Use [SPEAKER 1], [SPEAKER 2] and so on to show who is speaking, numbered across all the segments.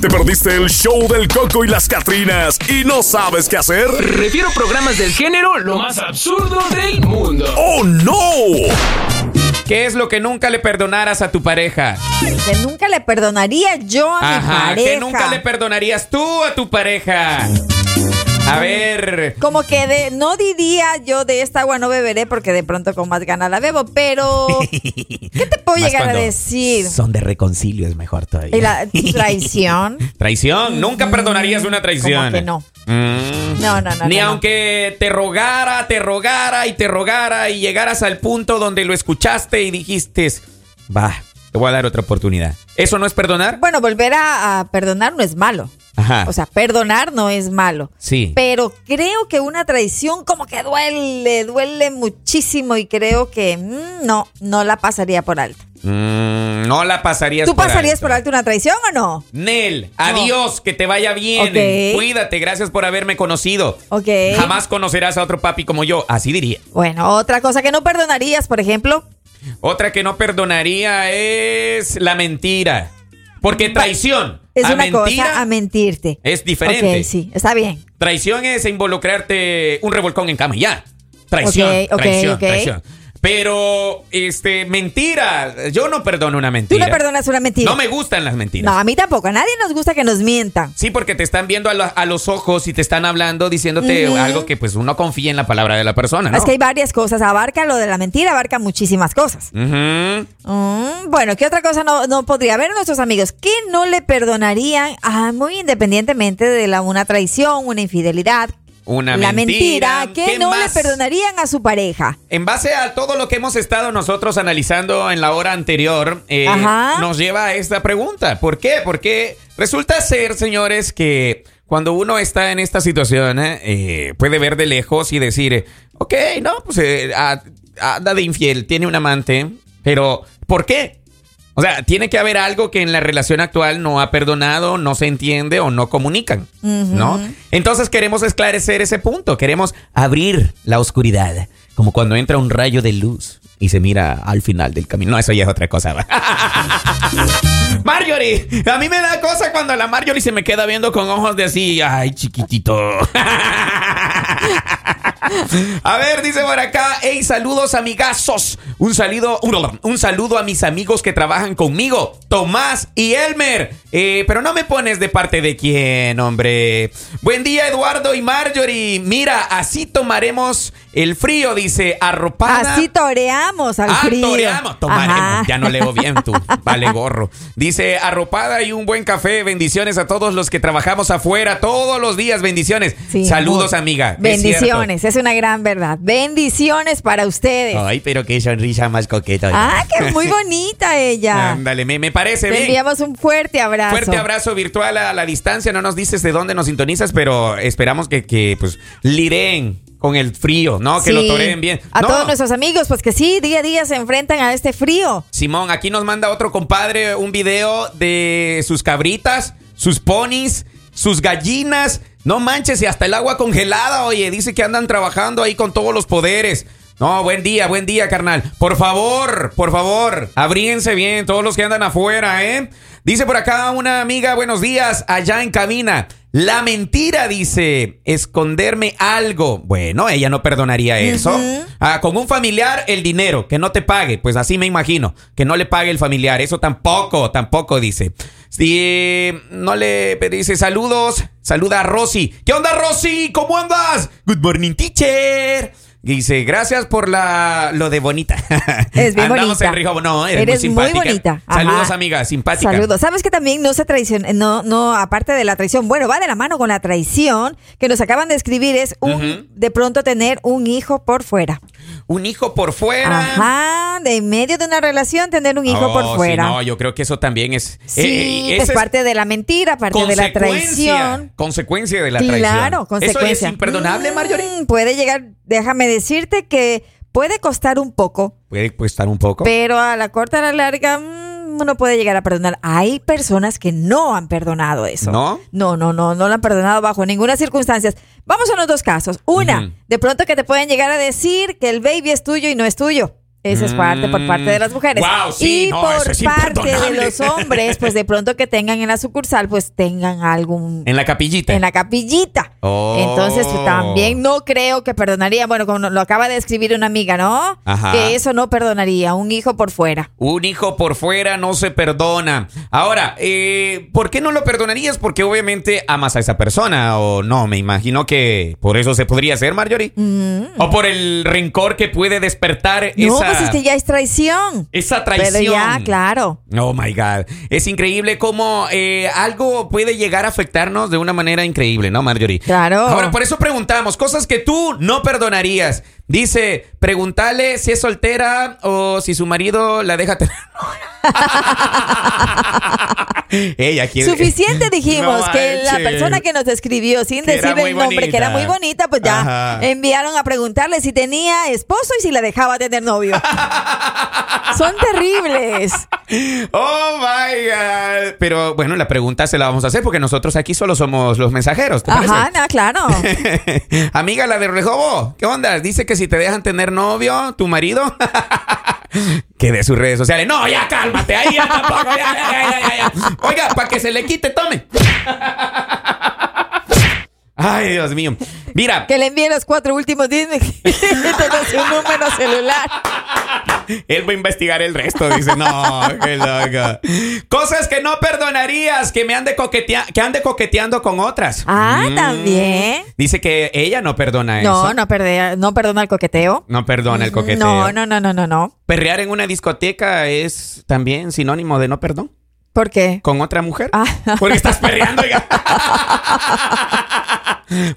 [SPEAKER 1] ¿Te perdiste el show del Coco y las Catrinas y no sabes qué hacer?
[SPEAKER 2] Refiero programas del género lo más absurdo del mundo.
[SPEAKER 1] ¡Oh, no!
[SPEAKER 3] ¿Qué es lo que nunca le perdonaras a tu pareja?
[SPEAKER 4] Que nunca le perdonaría yo a mi
[SPEAKER 3] Ajá,
[SPEAKER 4] pareja.
[SPEAKER 3] que nunca le perdonarías tú a tu pareja. A ver,
[SPEAKER 4] Como que de, no diría yo de esta agua no beberé porque de pronto con más ganas la bebo, pero ¿qué te puedo
[SPEAKER 3] Más
[SPEAKER 4] llegar a
[SPEAKER 3] cuando
[SPEAKER 4] decir?
[SPEAKER 5] Son de reconcilio, es mejor todavía.
[SPEAKER 4] ¿Y la traición?
[SPEAKER 3] traición. Nunca perdonarías una traición.
[SPEAKER 4] Como que no.
[SPEAKER 3] Mm.
[SPEAKER 4] No, no, no.
[SPEAKER 3] Ni
[SPEAKER 4] no, no.
[SPEAKER 3] aunque te rogara, te rogara y te rogara y llegaras al punto donde lo escuchaste y dijiste, va, te voy a dar otra oportunidad. ¿Eso no es perdonar?
[SPEAKER 4] Bueno, volver a, a perdonar no es malo.
[SPEAKER 3] Ajá.
[SPEAKER 4] O sea, perdonar no es malo.
[SPEAKER 3] Ah. Sí.
[SPEAKER 4] Pero creo que una traición como que duele, duele muchísimo y creo que mm, no, no la pasaría por alto.
[SPEAKER 3] Mm, no la pasarías
[SPEAKER 4] ¿Tú
[SPEAKER 3] por
[SPEAKER 4] pasarías
[SPEAKER 3] alto.
[SPEAKER 4] por alto una traición o no?
[SPEAKER 3] Nel, adiós, que te vaya bien.
[SPEAKER 4] Ok.
[SPEAKER 3] Cuídate, gracias por haberme conocido.
[SPEAKER 4] Ok.
[SPEAKER 3] Jamás conocerás a otro papi como yo, así diría.
[SPEAKER 4] Bueno, otra cosa que no perdonarías, por ejemplo.
[SPEAKER 3] Otra que no perdonaría es la mentira. Porque traición
[SPEAKER 4] Es
[SPEAKER 3] a
[SPEAKER 4] una
[SPEAKER 3] mentira
[SPEAKER 4] cosa a mentirte.
[SPEAKER 3] es diferente.
[SPEAKER 4] Ok, sí, está bien.
[SPEAKER 3] Traición es involucrarte un revolcón en cama y ya. Traición,
[SPEAKER 4] Ok, ok,
[SPEAKER 3] traición,
[SPEAKER 4] ok.
[SPEAKER 3] traición. Pero, este, mentira. Yo no perdono una
[SPEAKER 4] Tú
[SPEAKER 3] mentira.
[SPEAKER 4] no perdonas una mentira.
[SPEAKER 3] No me gustan las mentiras.
[SPEAKER 4] No, a mí tampoco. A nadie nos gusta que nos mientan.
[SPEAKER 3] Sí, porque te están viendo a, lo- a los ojos y te están hablando, diciéndote
[SPEAKER 4] Ujú.
[SPEAKER 3] algo que pues uno confía en la palabra de la persona, ¿no?
[SPEAKER 4] Es que hay varias cosas. Abarca lo de la mentira, abarca muchísimas cosas.
[SPEAKER 3] Ujú.
[SPEAKER 4] Mm, bueno, ¿qué otra cosa no, no podría haber nuestros amigos? ¿Qué no le perdonarían? Ah, muy independientemente de la, una traición, una infidelidad,
[SPEAKER 3] Una
[SPEAKER 4] la mentira.
[SPEAKER 3] mentira.
[SPEAKER 4] ¿Qué,
[SPEAKER 3] ¿Qué
[SPEAKER 4] no
[SPEAKER 3] más?
[SPEAKER 4] le perdonarían a su pareja?
[SPEAKER 3] En base a todo lo que hemos estado nosotros analizando en la hora anterior, eh,
[SPEAKER 4] Ajá.
[SPEAKER 3] nos lleva a esta pregunta. ¿Por qué? Porque resulta ser, señores, que cuando uno está en esta situación, eh, eh, puede ver de lejos y decir, eh, ok, no, pues eh, a- anda de infiel, tiene un amante, pero ¿por qué? O sea, tiene que haber algo que en la relación actual no ha perdonado, no se entiende o no comunican, ¿no? Entonces queremos esclarecer ese punto, queremos abrir
[SPEAKER 5] La oscuridad, como cuando entra un rayo de luz y se mira al final del camino.
[SPEAKER 3] No, eso ya es otra cosa. Marjorie, a mí me da cosa cuando la Marjorie se me queda viendo con ojos de así, ay, chiquitito. A ver, dice por acá, hey, saludos amigazos. Un saludo, un, un saludo a mis amigos que trabajan conmigo, Tomás y Elmer. Eh, pero no me pones de parte de quién, hombre. Buen día, Eduardo y Marjorie. Mira, así tomaremos el frío, dice, arropada.
[SPEAKER 4] Así toreamos al
[SPEAKER 3] Ah,
[SPEAKER 4] frío.
[SPEAKER 3] toreamos, tomaremos.
[SPEAKER 4] Ajá.
[SPEAKER 3] eh, Ya no leo bien tú. Vale, gorro. Dice, arropada y un buen café. Bendiciones a todos los que trabajamos afuera todos los días. Bendiciones.
[SPEAKER 4] Sí,
[SPEAKER 3] Saludos,
[SPEAKER 4] amor.
[SPEAKER 3] amiga. Es cierto.
[SPEAKER 4] Bendiciones, es, una gran verdad. Bendiciones para ustedes.
[SPEAKER 5] Ay, pero qué sonrisa más coqueta.
[SPEAKER 4] Ah, que muy bonita ella.
[SPEAKER 3] Ándale, me, me parece
[SPEAKER 4] Te
[SPEAKER 3] bien.
[SPEAKER 4] enviamos un fuerte abrazo.
[SPEAKER 3] Fuerte abrazo virtual a la distancia. No nos dices de dónde nos sintonizas, pero esperamos que, que pues, lireen con el frío, ¿no? Que lo
[SPEAKER 4] Sí.
[SPEAKER 3] toreen bien.
[SPEAKER 4] A
[SPEAKER 3] No,
[SPEAKER 4] todos nuestros amigos, pues que sí, día a día se enfrentan a este frío.
[SPEAKER 3] Simón, aquí nos manda otro compadre un video de sus cabritas, sus ponis, sus gallinas. No manches, y hasta el agua congelada, oye. Dice que andan trabajando ahí con todos los poderes. No, buen día, buen día, carnal. Por favor, por favor, abríense bien todos los que andan afuera, ¿eh? Dice por acá una amiga, buenos días, allá en cabina. La mentira dice esconderme algo. Bueno, ella no perdonaría eso. Ah, con un familiar, el dinero, que no te pague. Pues así me imagino, que no le pague el familiar. Eso tampoco, tampoco dice. Si no le dice saludos, saluda a Rosy. ¿Qué onda, Rosy? ¿Cómo andas? Good morning, teacher. Dice, gracias por la lo de bonita.
[SPEAKER 4] Es bien
[SPEAKER 3] Andamos
[SPEAKER 4] bonita.
[SPEAKER 3] en Rijo- No, eres,
[SPEAKER 4] Eres
[SPEAKER 3] muy
[SPEAKER 4] muy
[SPEAKER 3] simpática.
[SPEAKER 4] bonita. Ajá.
[SPEAKER 3] Saludos, amiga, simpática.
[SPEAKER 4] Saludos. Sabes que también no se traiciona, no, no, aparte de la traición, bueno, va de la mano con la traición que nos acaban de escribir, es un, de pronto tener un hijo por fuera.
[SPEAKER 3] Un hijo por fuera.
[SPEAKER 4] Ajá, de en medio de una relación tener un hijo
[SPEAKER 3] Oh, sí,
[SPEAKER 4] por fuera.
[SPEAKER 3] no, yo creo que eso también es.
[SPEAKER 4] Sí,
[SPEAKER 3] eh, eh,
[SPEAKER 4] pues
[SPEAKER 3] esa es
[SPEAKER 4] parte de la mentira, parte de la
[SPEAKER 3] consecuencia,
[SPEAKER 4] traición.
[SPEAKER 3] Consecuencia de la traición.
[SPEAKER 4] Claro, consecuencia.
[SPEAKER 3] ¿Eso es imperdonable,
[SPEAKER 4] Mm,
[SPEAKER 3] Marjorie?
[SPEAKER 4] puede llegar, déjame decirte que puede costar un poco,
[SPEAKER 3] Puede costar un poco.
[SPEAKER 4] pero a la corta a la larga mm, uno puede llegar a perdonar. Hay personas que no han perdonado eso.
[SPEAKER 3] ¿No?
[SPEAKER 4] No, no, no, no lo han perdonado bajo ninguna circunstancia. Vamos a los dos casos. Una,
[SPEAKER 3] Ujú.
[SPEAKER 4] de pronto que te pueden llegar a decir que el baby es tuyo y no es tuyo. Esa es parte por parte de las mujeres.
[SPEAKER 3] Mm. Guau, sí,
[SPEAKER 4] y
[SPEAKER 3] no, eso
[SPEAKER 4] por
[SPEAKER 3] es
[SPEAKER 4] parte de
[SPEAKER 3] imperdonable.
[SPEAKER 4] los hombres, pues de pronto que tengan en la sucursal, pues tengan algún
[SPEAKER 3] En la capillita.
[SPEAKER 4] en la capillita.
[SPEAKER 3] Oh.
[SPEAKER 4] Entonces pues, también no creo que perdonaría, bueno, como lo acaba de escribir una amiga, ¿no?
[SPEAKER 3] Ajá.
[SPEAKER 4] Que eso no perdonaría, un hijo por fuera.
[SPEAKER 3] Un hijo por fuera no se perdona. Ahora, eh, ¿por qué no lo perdonarías? Porque obviamente amas a esa persona, o no, me imagino que por eso se podría hacer, Marjorie. O por el rencor que puede despertar
[SPEAKER 4] Mm. No,
[SPEAKER 3] esa,
[SPEAKER 4] pues es que ya es traición.
[SPEAKER 3] esa traición.
[SPEAKER 4] Pero ya, claro.
[SPEAKER 3] Oh my God. Es increíble cómo eh, algo puede llegar a afectarnos de una manera increíble, ¿no, Marjorie?
[SPEAKER 4] Claro.
[SPEAKER 3] Ahora, por eso preguntamos, cosas que tú no perdonarías. Dice, pregúntale si es soltera o si su marido la deja tener. Ella quiere-
[SPEAKER 4] Suficiente dijimos
[SPEAKER 3] No
[SPEAKER 4] que la
[SPEAKER 3] manches.
[SPEAKER 4] persona que nos escribió sin
[SPEAKER 3] Que era
[SPEAKER 4] decir
[SPEAKER 3] muy
[SPEAKER 4] el nombre, que era muy
[SPEAKER 3] bonita.
[SPEAKER 4] bonita, pues ya
[SPEAKER 3] Ajá.
[SPEAKER 4] enviaron a preguntarle si tenía esposo y si la dejaba tener novio. Son terribles.
[SPEAKER 3] Oh my God. Pero bueno, la pregunta se la vamos a hacer porque nosotros aquí solo somos los mensajeros. ¿te parece?
[SPEAKER 4] Ajá, no, claro.
[SPEAKER 3] Amiga, la de Rejobo, ¿qué onda? Dice que si te dejan tener novio, tu marido. que de sus redes sociales. No, ya cálmate, ahí ya tampoco. ya, ya, ya, ya, ya. Oiga, para que se le quite, tome. Ay, Dios mío. Mira,
[SPEAKER 4] Que le envíe los cuatro últimos Disney su número celular.
[SPEAKER 3] él va a investigar el resto. Dice, no, qué loco. Cosas que no perdonarías que me ande, coquetea- que ande coqueteando con otras.
[SPEAKER 4] Ah,
[SPEAKER 3] Mm.
[SPEAKER 4] también.
[SPEAKER 3] Dice que ella no perdona eso.
[SPEAKER 4] No, no, perde- no perdona el coqueteo.
[SPEAKER 3] No perdona el coqueteo.
[SPEAKER 4] No, no, no, no, no, no.
[SPEAKER 3] Perrear en una discoteca es también sinónimo de no perdón
[SPEAKER 4] ¿Por qué?
[SPEAKER 3] con otra mujer.
[SPEAKER 4] Ah.
[SPEAKER 3] Porque estás perreando, oiga.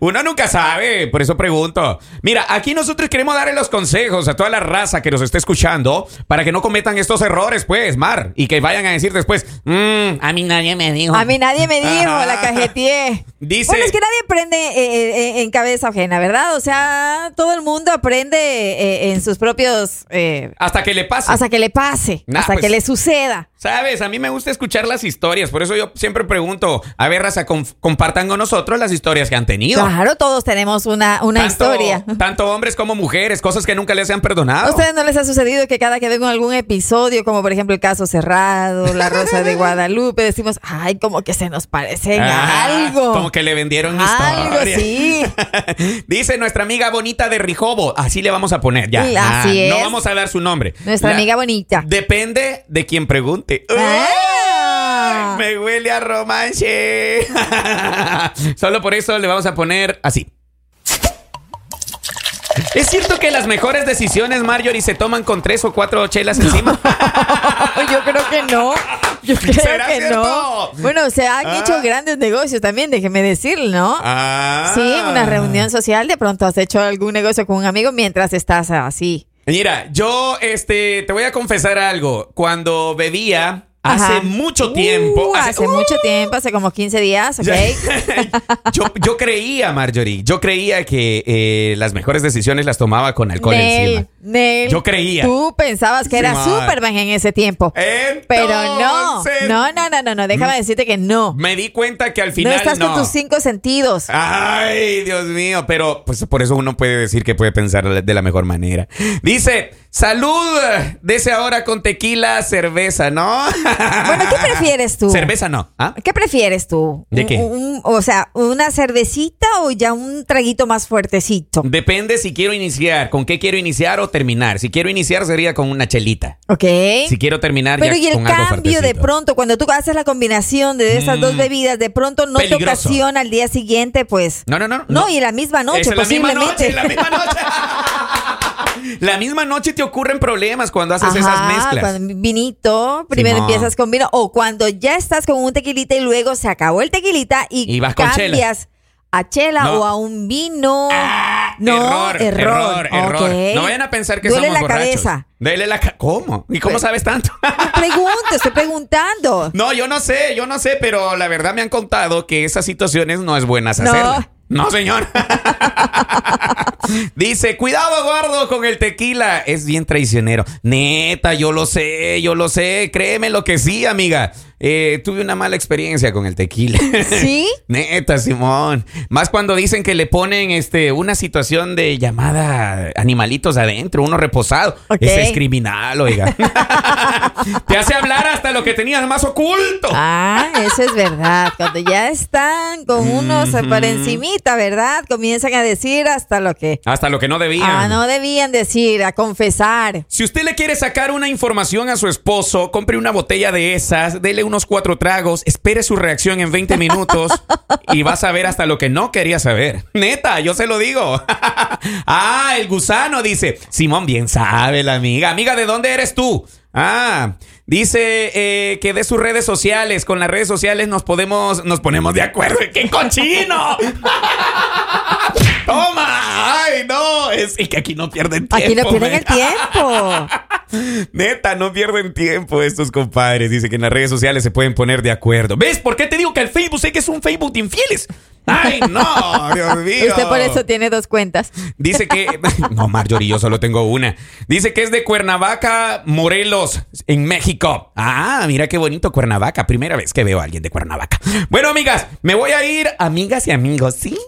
[SPEAKER 3] Uno nunca sabe, por eso pregunto. Mira, aquí nosotros queremos darle los consejos a toda la raza que nos está escuchando para que no cometan estos errores, pues, Mar, y que vayan a decir después, "Mm, a mí nadie me dijo.
[SPEAKER 4] A mí nadie me dijo,
[SPEAKER 3] Ajá.
[SPEAKER 4] la cajeteé.
[SPEAKER 3] Ah. Dice-
[SPEAKER 4] Bueno, es que nadie aprende eh, eh, en cabeza ajena, ¿verdad? O sea, todo el mundo aprende eh, en sus propios... eh,
[SPEAKER 3] Hasta que le pasa.
[SPEAKER 4] hasta que le pase,
[SPEAKER 3] Nah,
[SPEAKER 4] hasta
[SPEAKER 3] pues.
[SPEAKER 4] que le suceda.
[SPEAKER 3] Sabes, a mí me gusta escuchar las historias, por eso yo siempre pregunto, a ver, raza, conf- compartan con nosotros las historias que han tenido.
[SPEAKER 4] Claro, todos tenemos una, una
[SPEAKER 3] Tanto-
[SPEAKER 4] historia.
[SPEAKER 3] Tanto hombres como mujeres, cosas que nunca les han perdonado.
[SPEAKER 4] ¿A ustedes no les ha sucedido que cada que ven algún episodio, como por ejemplo el caso cerrado, la rosa de Guadalupe, decimos, ay, como que se nos parecen
[SPEAKER 3] Ah,
[SPEAKER 4] a algo?
[SPEAKER 3] Como que le vendieron
[SPEAKER 4] algo,
[SPEAKER 3] historia.
[SPEAKER 4] sí.
[SPEAKER 3] Dice nuestra amiga bonita de Rijobo. Así le vamos a poner, ya. Ah,
[SPEAKER 4] Sí, así
[SPEAKER 3] No
[SPEAKER 4] es.
[SPEAKER 3] vamos a dar su nombre.
[SPEAKER 4] Nuestra
[SPEAKER 3] La-
[SPEAKER 4] amiga bonita.
[SPEAKER 3] Depende de quien pregunte.
[SPEAKER 4] Ah.
[SPEAKER 3] Ay, me huele a romance. Solo por eso le vamos a poner así. ¿Es cierto que las mejores decisiones, Marjorie, se toman con tres o cuatro chelas encima?
[SPEAKER 4] Yo creo que no. Yo creo
[SPEAKER 3] ¿Será
[SPEAKER 4] que
[SPEAKER 3] cierto?
[SPEAKER 4] no. Bueno, se han
[SPEAKER 3] Ah.
[SPEAKER 4] hecho grandes negocios también, déjeme decir, ¿no?
[SPEAKER 3] Ah.
[SPEAKER 4] Sí, una reunión social, de pronto has hecho algún negocio con un amigo mientras estás así.
[SPEAKER 3] Mira, yo este te voy a confesar algo. Cuando bebía
[SPEAKER 4] Ajá.
[SPEAKER 3] hace mucho tiempo,
[SPEAKER 4] Uh, hace mucho tiempo, hace como 15 días, ¿ok?
[SPEAKER 3] yo, yo creía, Marjorie, yo creía que eh, las mejores decisiones las tomaba con alcohol encima.
[SPEAKER 4] Nel, Nel,
[SPEAKER 3] Yo creía.
[SPEAKER 4] Tú pensabas
[SPEAKER 3] Sí,
[SPEAKER 4] que
[SPEAKER 3] Eh,
[SPEAKER 4] era
[SPEAKER 3] ma.
[SPEAKER 4] Superman en ese tiempo. Pero no,
[SPEAKER 3] Entonces,
[SPEAKER 4] no, no, no, no, no, déjame decirte que no.
[SPEAKER 3] Me di cuenta que al
[SPEAKER 4] No
[SPEAKER 3] Mm. final
[SPEAKER 4] estás con tus cinco sentidos.
[SPEAKER 3] Ay, Dios mío, pero pues por eso uno puede decir que puede pensar de la mejor manera. Dice, salud, dese ahora con tequila, cerveza, ¿no? Ah,
[SPEAKER 4] Bueno, ¿qué prefieres tú?
[SPEAKER 3] Cerveza no, ¿ah?
[SPEAKER 4] ¿Qué prefieres tú?
[SPEAKER 3] ¿De
[SPEAKER 4] Un-
[SPEAKER 3] qué?
[SPEAKER 4] un- o sea, ¿una cervecita o ya un traguito más fuertecito?
[SPEAKER 3] Mm. Depende si quiero iniciar, con qué quiero iniciar o terminar. Si quiero iniciar sería con una chelita.
[SPEAKER 4] ¿Ok?
[SPEAKER 3] Si quiero terminar
[SPEAKER 4] Pero
[SPEAKER 3] ya
[SPEAKER 4] y el
[SPEAKER 3] con algo
[SPEAKER 4] cambio de
[SPEAKER 3] fuertecito.
[SPEAKER 4] pronto, cuando tú haces la combinación de esas dos
[SPEAKER 3] Mm.
[SPEAKER 4] bebidas, de pronto no te
[SPEAKER 3] Peligroso.
[SPEAKER 4] ocasiona al día siguiente, pues.
[SPEAKER 3] No, no, no.
[SPEAKER 4] No, y la misma noche,
[SPEAKER 3] Es
[SPEAKER 4] posiblemente.
[SPEAKER 3] La misma noche, la misma noche. La misma noche te ocurren problemas cuando haces esas
[SPEAKER 4] Ajá,
[SPEAKER 3] mezclas.
[SPEAKER 4] con vinito, primero
[SPEAKER 3] Simón.
[SPEAKER 4] empiezas con vino, o cuando ya estás con un tequilita y luego se acabó el tequilita y,
[SPEAKER 3] Y vas con chela.
[SPEAKER 4] cambias a chela
[SPEAKER 3] No. Ah,
[SPEAKER 4] o a un vino.
[SPEAKER 3] error, error, error.
[SPEAKER 4] Ok.
[SPEAKER 3] No vayan a pensar que
[SPEAKER 4] Duele
[SPEAKER 3] somos
[SPEAKER 4] la
[SPEAKER 3] borrachos.
[SPEAKER 4] cabeza.
[SPEAKER 3] Duele la cabeza. ¿Cómo? ¿Y cómo
[SPEAKER 4] Pues-
[SPEAKER 3] sabes tanto?
[SPEAKER 4] Pregunto, estoy preguntando.
[SPEAKER 3] no, yo no sé, yo no sé, pero la verdad me han contado que esas situaciones no es buenas
[SPEAKER 4] No.
[SPEAKER 3] hacerlas. No, señor. Dice, cuidado, Eduardo, con el tequila. Es bien traicionero. Neta, yo lo sé, yo lo sé. Créeme lo que sí, amiga. eh, tuve una mala experiencia con el tequila.
[SPEAKER 4] ¿Sí?
[SPEAKER 3] Neta, Simón. Más cuando dicen que le ponen este una situación de llamada animalitos adentro, uno reposado.
[SPEAKER 4] Ok.
[SPEAKER 3] Ese es criminal, oiga. Te hace hablar hasta lo que tenías más oculto.
[SPEAKER 4] Ah, eso es verdad. Cuando ya están con unos por encimita, ¿verdad? Comienzan a decir hasta lo que
[SPEAKER 3] Hasta lo que no debía.
[SPEAKER 4] ah, no debían decir, a confesar.
[SPEAKER 3] Si usted le quiere sacar una información a su esposo, compre una botella de esas, dele unos cuatro tragos, espere su reacción en 20 minutos y vas a ver hasta lo que no quería saber. Neta, yo se lo digo. ah, el gusano dice, Simón bien sabe la amiga. Amiga, ¿de dónde eres tú? Ah, dice eh, que de sus redes sociales, con las redes sociales nos podemos, nos ponemos de acuerdo. ¡Qué cochino! ¡Toma! ¡Ay, no! Es y que aquí no pierden tiempo.
[SPEAKER 4] Aquí no pierden
[SPEAKER 3] men.
[SPEAKER 4] el tiempo.
[SPEAKER 3] Neta, no pierden tiempo estos compadres. Dice que en las redes sociales se pueden poner de acuerdo. ¿Ves por qué te digo que el Facebook sé que es un Facebook de infieles? ¡Ay, no! Dios mío.
[SPEAKER 4] Usted por eso tiene dos cuentas.
[SPEAKER 3] Dice que. No, Marjorie, yo solo tengo una. Dice que es de Cuernavaca, Morelos, en México. Ah, mira qué bonito Cuernavaca. Primera vez que veo a alguien de Cuernavaca. Bueno, amigas, me voy a ir, amigas y amigos, ¿sí?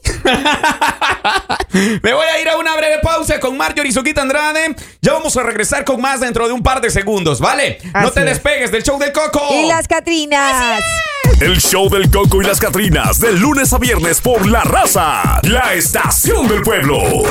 [SPEAKER 3] me voy a ir a una breve pausa con Marjorie Suquita Andrade. Ya vamos a regresar con más dentro de un par de segundos, ¿vale? no
[SPEAKER 4] Así
[SPEAKER 3] te
[SPEAKER 4] es.
[SPEAKER 3] despegues del show del coco.
[SPEAKER 4] Y las Catrinas.
[SPEAKER 1] El show del Coco y las Catrinas, de lunes a viernes por La Raza, la estación del pueblo.